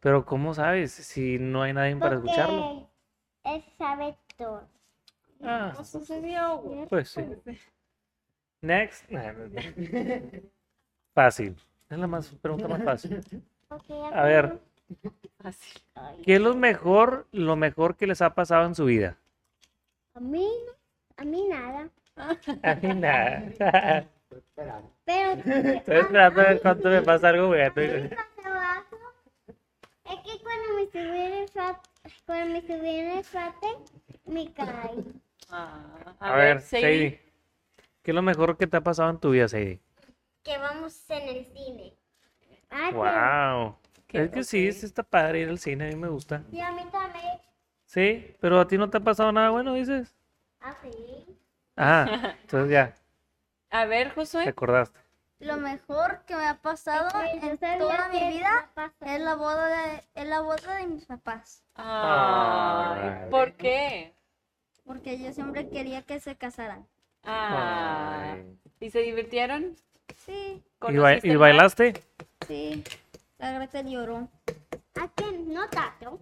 Pero ¿cómo sabes si no hay nadie para escucharlo?
Él sabe todo.
Ah,
No sucedió, güey.
pues sí. Next. Nah, no, no. Fácil. Es la más pregunta más fácil. A ver,
Así.
¿qué es lo mejor, lo mejor que les ha pasado en su vida?
A mí, a mí nada.
A mí nada.
Pero
Estoy esperando a ver cuánto me pasa algo, güey. Estoy-
trabajo es que cuando me subí en el fat, cuando me subí en el fate, me caí.
Ah,
A ver,
Sadie.
Sadie. ¿Qué es lo mejor que te ha pasado en tu vida, Sadie?
Que vamos en el cine. Ah, pero-
Wow.
Qué-
Es que sí,
ok.
sí está padre ir al cine, a mí me gusta.
Y a mí también.
Sí, pero a ti no te ha pasado nada bueno, dices.
Ah, sí.
Ah, entonces ya,
A ver,
te
Josué.
acordaste.
Lo mejor que me ha pasado
Es que yo
en
sabía
toda mi
que
vida
iba a pasar.
es la boda de, es la boda de mis papás.
Ay,
Ay.
¿por qué?
Porque yo siempre quería que se casaran.
Ah,
Ay.
¿Y se divirtieron?
Sí,
¿Y, ba-
¿Conociste
y
más?
bailaste?
sí. La Gretel lloró.
¿A quién? No tanto.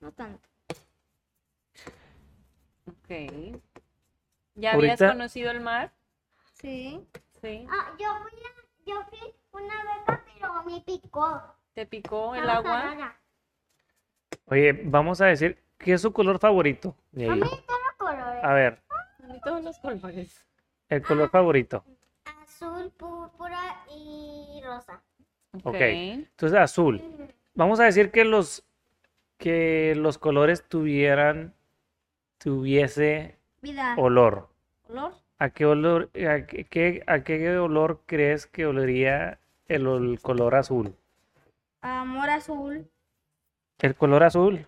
No tanto.
Ok. ¿Ya
Ahorita-
habías conocido el mar?
Sí.
Sí.
Ah, yo fui, a- yo fui una beca, pero me picó.
¿Te picó el
Estaba
agua?
salada.
Oye, vamos a decir, ¿qué es su color favorito? Y ahí-
A mí todos los colores.
A ver,
De todos los colores.
el color favorito. Ah.
Azul, púrpura y rosa.
Ok. Entonces, azul. Vamos a decir que los que los colores tuvieran tuviese
Vida.
olor.
Olor.
¿A qué olor a qué- qué, a qué olor crees que olería el, ol- color azul?
Amor azul.
El color azul.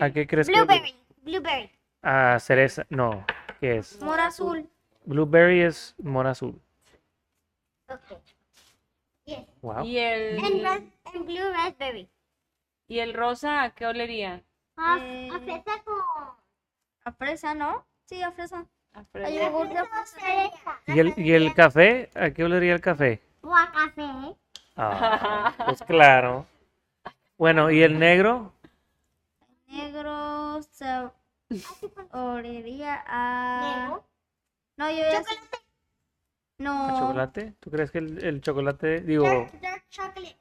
¿A
Sí.
qué crees que
Blueberry, blueberry.
a cereza? No, ¿qué es?
Amor azul.
Blueberry es mora azul.
Ok. Yes.
Wow.
¿Y
En,
el,
ras- en blue raspberry.
¿Y el rosa a qué olería?
A,
Eh.
a fresa Ah, con
A fresa, ¿no? Sí, a fresa.
A
A
fresa.
yogur de fresa.
cereza.
¿Y el, y el café? ¿A qué olería el café?
O a café.
Ah, pues claro. Bueno, ¿y el negro?
Negro. sab- Orería a.
Negro.
No, Ah. yo ya.
¿El
No.
chocolate? ¿Tú crees que el, el chocolate, digo,
Dark, dark chocolate.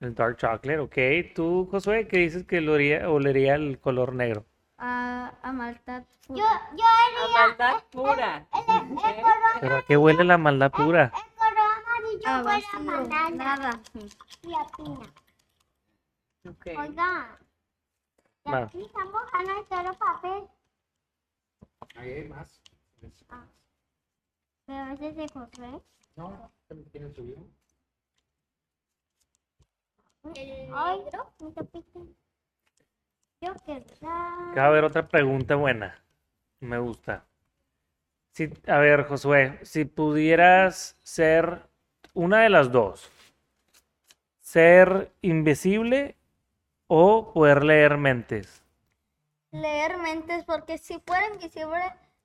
el dark chocolate? Ok, tú, Josué, ¿qué dices que olería, olería el color negro?
A, a malta.
Yo,
pura.
yo
A
haría
maldad pura.
el color,
¿Pero a qué huele la maldad pura?
el color amarillo
A
huele a
vacío.
banana
Ah, Nada.
y a pina.
Ok.
Oiga, de
Va.
aquí estamos ganando solo papel,
Ahí hay más.
pero ese se José.
No, también tienen su vida.
Ay, no te piques. Yo quería.
Acaba de haber otra pregunta buena. Me gusta. Si, a ver, Josué, si pudieras ser una de las dos, ser invisible o poder leer mentes.
leer mentes porque si fuera invisible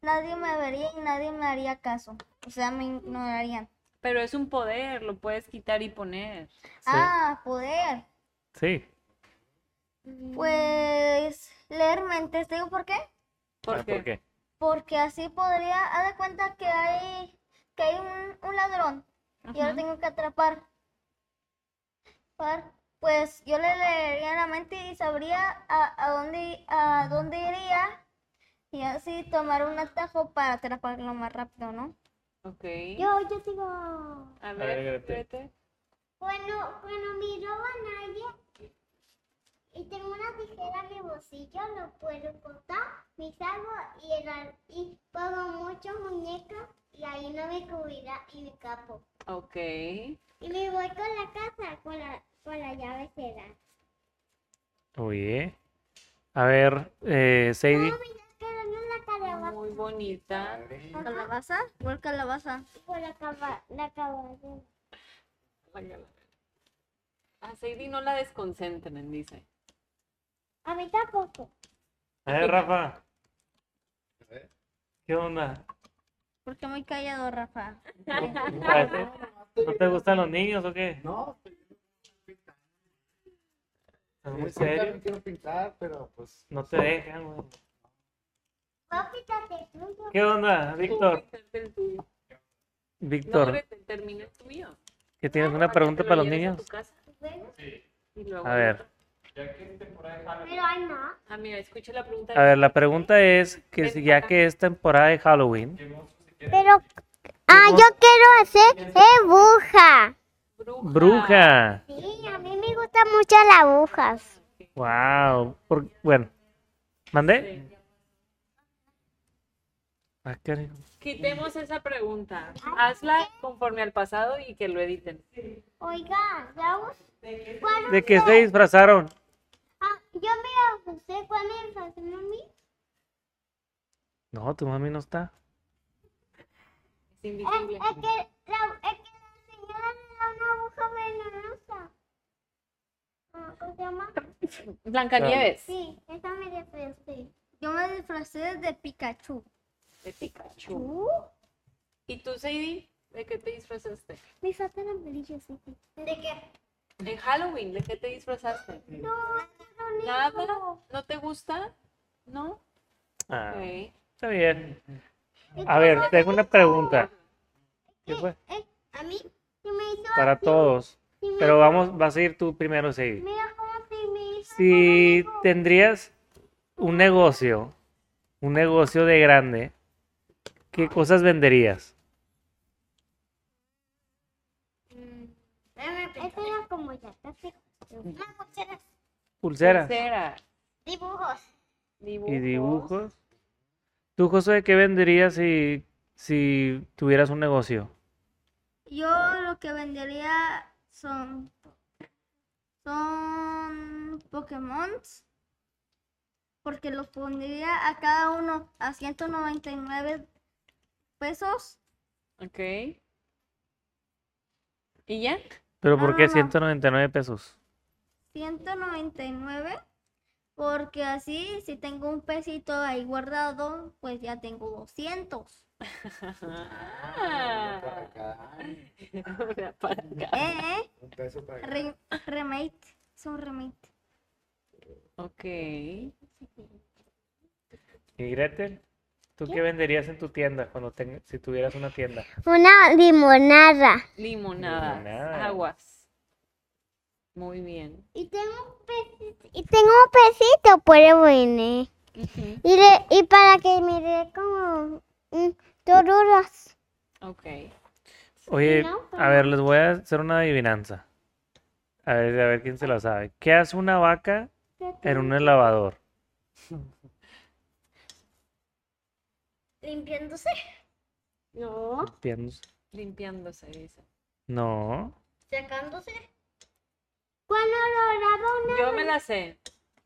nadie me vería y nadie me haría caso. O sea, me ignorarían.
Pero es un poder, lo puedes quitar y poner.
Ah, poder.
Sí.
Pues leer mentes, ¿te digo por qué?
Ah,
¿Por qué?
Porque así podría, haz de cuenta que hay, que hay un, un ladrón y yo
Ajá.
lo tengo que atrapar. Par- Pues yo le leería la mente y sabría a, a dónde, a dónde iría y así tomar un atajo para atraparlo más rápido, ¿no?
Ok.
Yo, yo digo.
A
A ver,
ver,
Grete.
Grete.
Cuando, cuando me roban a alguien y tengo una tijera en mi bolsillo, lo puedo cortar, me salgo y, el ar- y pago muchos muñecas y ahí no me cubrirá y me capo.
Ok.
Y me voy con la casa, con la, con la llave será.
Oye. A ver, eh,
Oh,
Sadie.
Quedando en la calabaza,
Muy
Ah.
bonita.
¿Calabaza? ¿Cuál calabaza?
por la caba- la calabaza.
A Sadie no la desconcentren, dice.
A mí tampoco.
A ver, Rafa.
A ver.
¿Qué onda?
Porque muy callado, Rafa.
Parece- Pues, ¿No te gustan los niños o qué?
No, pues,
Estás
yo
muy
también
serio.
quiero pintar, pero pues
No te dejan, güey.
Papi, te tuyo.
¿Qué onda, Víctor?
El tuyo. No,
Víctor,
Grete, termina el tuyo.
¿que tienes una
Ah, que
pregunta
te lo
para los
lleves a
niños?
tu casa
Bueno,
y luego-
A ver.
pero hay más.
Ah, mira, escucha la pregunta.
A ver, la pregunta es que si ya que es temporada de Halloween,
Pero, ah, yo quiero hacer eh, buja.
Bruja.
bruja.
Sí, a mí me
Me gustan mucho las agujas.
Wow. Por- bueno, ¿mandé? Ah, caray.
Quitemos esa pregunta. Hazla conforme al pasado y que lo editen.
Oiga, Raúl, ¿cuál
¿De qué se disfrazaron?
Ah, yo me abusé cuando me pasó a mí.
No, tu mami no está.
Es invisible.
Es que la, es que la señora le da una aguja venenosa. Ah, ¿Cómo se llama?
Blancanieves.
Sí, esa me despresté.
Yo me disfracé de Pikachu.
De Pikachu. ¿Y tú, Sadie? ¿De qué te disfrazaste?
Me faltan amarillos. ¿De qué?
En Halloween, ¿de qué te disfrazaste?
No, no, no.
¿Nada? ¿No te gusta? ¿No?
Ah,
Ok.
está bien. A ver, tengo una pregunta. ¿Qué fue?
Eh, a mí se me hizo.
Para
así.
todos.
Se me-
Pero vamos, vas a ir tú primero, Sadie.
Mira cómo se me hizo.
Si tendrías un negocio, un negocio de grande, ¿qué cosas venderías?
Mm, Eso era como ya. casi. Una cuchara.
Pulseras
Pulsera.
Dibujos.
y dibujos. ¿Tú, José, qué venderías si, si tuvieras un negocio?
Yo lo que vendería son son Pokémon porque los pondría a cada uno a 199 pesos.
Ok. ¿Y ya?
Pero
No,
¿por qué
Ah.
no, no.
199 pesos?
199 porque así si tengo un pesito ahí guardado, pues ya tengo 200.
una para acá,
Una para acá.
Eh, eh,
un peso
Ah.
para acá.
re- remate, es un remate.
Ok.
¿Y Gretel? ¿Tú qué venderías en tu tienda cuando ten- si tuvieras una tienda?
Una limonada.
Limonadas.
Limonadas.
Aguas. Muy bien.
Y tengo un pez.
Y tengo un pesito, pero bueno.
Ujú.
Y, le- y para que me dé como mm, doruras.
Ok.
Oye,
no,
a ver, les voy a hacer una adivinanza. A ver, a ver quién se la sabe. ¿Qué hace una vaca
Eh.
en
Mm.
un lavador?
¿Limpiándose? No.
¿Entiendes?
Limpiándose, dice.
No.
¿Sacándose? Cuando lo graba una...
Yo me la sé.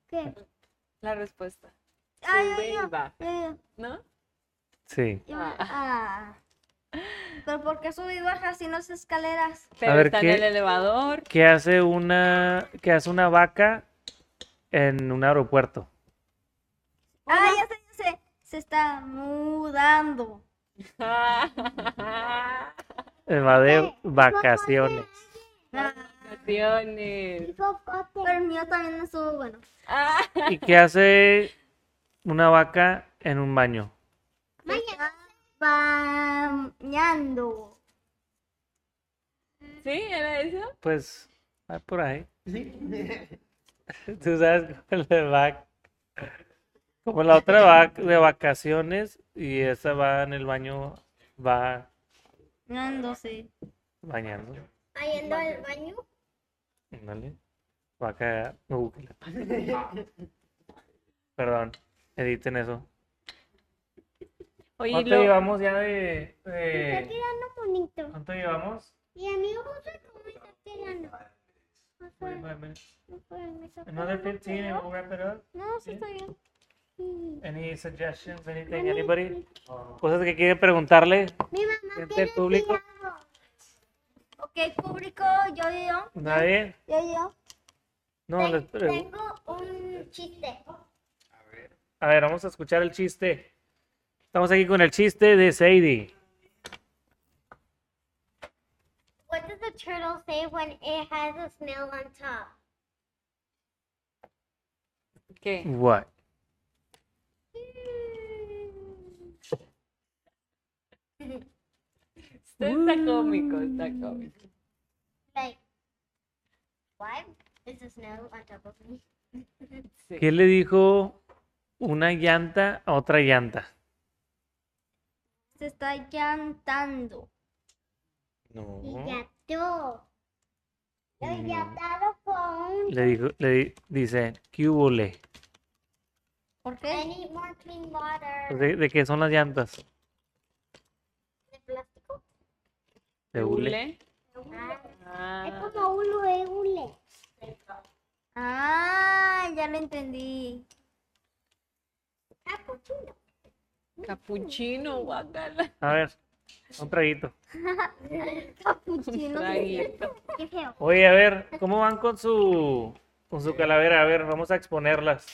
¿Qué?
La respuesta.
Ay,
Sube
ay,
y
ay,
baja,
Eh,
¿no?
Sí.
yo- ah. Pero ¿por qué subí y baja si no es escaleras?
Pero
ver,
está
¿qué?
en el elevador.
¿Qué hace una, qué hace una vaca en un aeropuerto?
Ah, ya sé, ya sé. Se está mudando.
El Madeo, vacaciones.
Ah,
Vacaciones.
pero el mío también estuvo bueno.
Ah,
¿Y qué hace una vaca en un baño?
Se está bañando.
¿Sí? ¿Era eso?
Pues, va por ahí. Tú sabes cómo le va. Como la otra va de vacaciones y esa va en el baño, va
Bañándose.
bañando.
Yendo al baño.
Ándale. Vaca. Uh, que la- Perdón, editen eso.
Oye,
¿Cuánto
lo-
llevamos ya de,
Está
de-
quedando bonito.
¿Cuánto llevamos?
Y a mí me gusta cómo está quedando. O sea,
45 minutes.
no puedo, me toca
Another
la
15 and
mano.
we'll wrap it up.
No, sí está bien. Mm.
Any suggestions, anything, anybody? Cosas que quieren preguntarle.
Mi mamá
Gente
quiere
público.
decir algo.
Ok, público, yo, yo,
¿Nadie?
yo, yo.
No, les pregunto.
Tengo un chiste.
A ver, vamos a escuchar el chiste. Estamos aquí con el chiste de Sadie.
What does a turtle say when it has a snail on top?
¿Qué?
What?
Esto está cómico, está cómico.
Like, why is the snail on top of me?
Sí.
¿Qué le dijo una llanta a otra llanta?
Se está llantando.
Y gato. Lo
Oh. Mm.
gatado con.
Le dijo, le di- dice, ¿qué hubo le?
¿Por
I
qué?
need more clean water.
¿De, de qué son las llantas?
De plástico.
De hule.
Hule.
Ah, es
Ah,
como un hule, hule.
Ah, ya lo entendí.
Capuchino.
capuchino, guacala.
A ver, un traguito.
Chino,
Traguito.
Qué feo.
Oye, a ver, ¿cómo van con su con su calavera? A ver, vamos a exponerlas.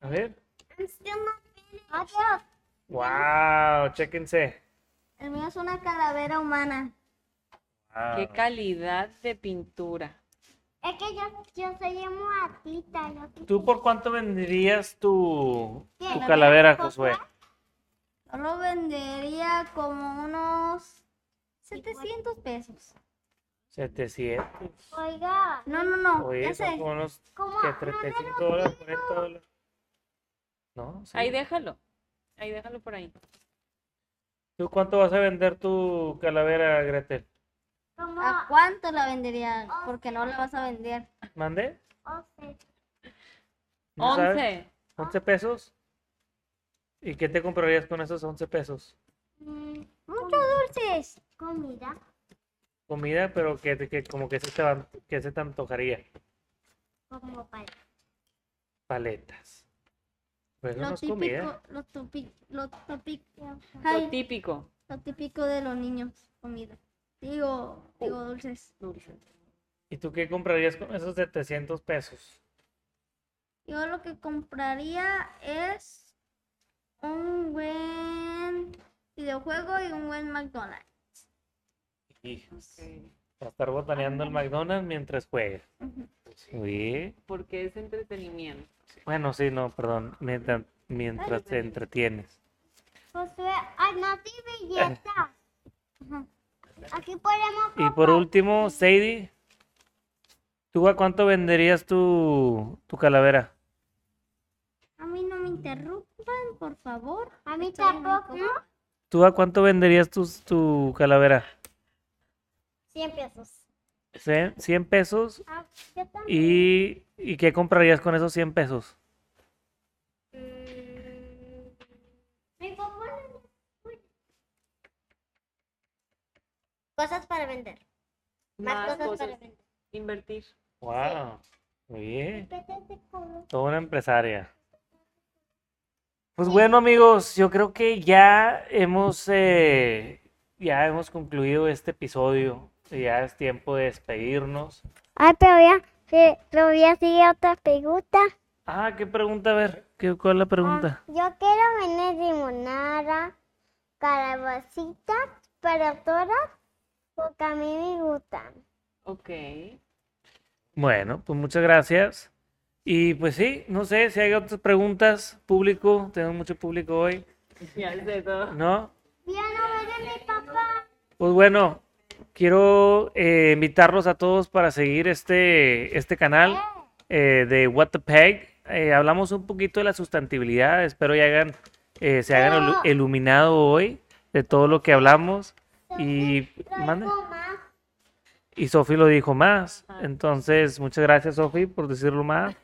A ver.
I'm still not finished. Otro.
Wow, chéquense.
el mío es una calavera humana.
Wow.
Qué calidad de pintura.
Es que yo, yo soy emo atleta. ¿no?
¿Tú por cuánto venderías tu, tu
¿Qué?
calavera, Josué?
Yo lo vendería como unos 700 pesos.
700.
Oiga,
No, no, no,
Oye, son
ya sé.
como unos
¿cómo?
¿qué? 35 dólares, 40 dólares. No, sí.
Ahí déjalo. Ahí déjalo por ahí.
¿Tú cuánto vas a vender tu calavera, Gretel?
¿Cómo?
¿A cuánto la venderían? Porque no la vas a vender.
¿Mandé?
Once.
¿No sabes?
11.
¿11 pesos? ¿Y qué te comprarías con esos 11 pesos?
Mm,
Muchos dulces.
comida.
Comida, pero que, que como que se, te van- que se te antojaría.
Como para.
Paletas. Pues eso no
Lo
es comida.
típico, lo, tupi- lo típico.
Lo
Ay,
típico.
lo típico de los niños. Comida. Digo,
Oh.
digo dulces.
Dulce.
¿Y tú qué comprarías con esos 700 pesos?
Yo lo que compraría es un buen videojuego y un buen McDonald's.
Hijos. Va a estar botaneando el McDonald's mientras juegas. Sí.
Porque es entretenimiento.
Bueno, sí, no, perdón. Mientras, mientras te entretienes.
Josué, ay, no te belleza. Aquí podemos.
Y por último, Sadie, ¿tú a cuánto venderías tu, tu calavera?
A mí no me interrumpan, por favor.
A mí
Estoy en
tampoco.
México.
¿Tú a cuánto venderías tus- tu calavera?
100 pesos.
Ce- 100 pesos.
Ah, yo también.
¿Y, ¿Y qué comprarías con esos 100 pesos?
Mm, mi papá no me- Cosas para vender. Más, cosas, para vender.
Invertir.
¡Wow! Muy bien.
Vete como.
Toda una empresaria. Pues bueno, amigos, yo creo que ya hemos, eh, ya hemos concluido este episodio. y Ya es tiempo de despedirnos.
Ay, pero ya, sí, todavía sigue otra pregunta.
Ah, qué pregunta, a ver. ¿Qué, ¿Cuál es la pregunta?
Ah, Yo quiero vender limonada, calabacitas, para todas, porque a mí me gustan.
Ok.
Bueno, pues muchas gracias. Y pues sí, no sé si hay otras preguntas, público, tenemos mucho público hoy,
Ya sé todo.
¿no?
Ya no ven a mi papá.
Pues bueno, quiero eh, invitarlos a todos para seguir este, este canal eh, de What the Peg. Eh, hablamos un poquito de la sustantibilidad, espero ya hagan, eh, se hagan ilu- iluminado hoy de todo lo que hablamos. Y mande.
Traigo más.
Y Sofi lo dijo más.
Ajá.
Entonces, muchas gracias, Sofi, por decirlo más.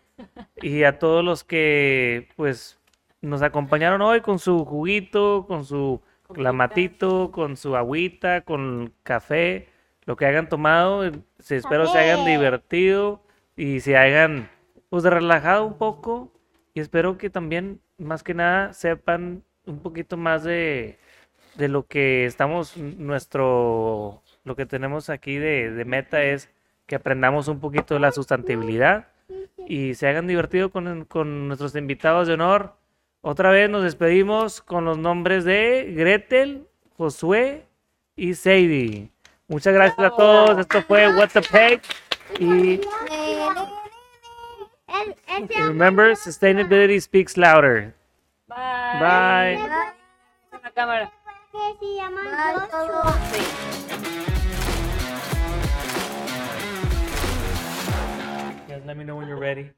Y a todos los que, pues, nos acompañaron hoy con su juguito, con su clamatito, con su agüita, con café, lo que hayan tomado. Se espero se hayan
Café.
divertido y se hayan, pues, relajado un poco. Y espero que también, más que nada, sepan un poquito más de, de lo que estamos, n- nuestro, lo que tenemos aquí de, de meta es que aprendamos un poquito de la sustantibilidad y se hagan divertido con, con nuestros invitados de honor. Otra vez nos despedimos con los nombres de Gretel, Josué y Sadie. Muchas gracias a todos. Esto fue What the Peg. Y
Él, él se llama
remember, sustainability speaks louder.
Bye.
Bye.
En La cámara.
pues,
que se llama Joshua.
let me know when you're ready.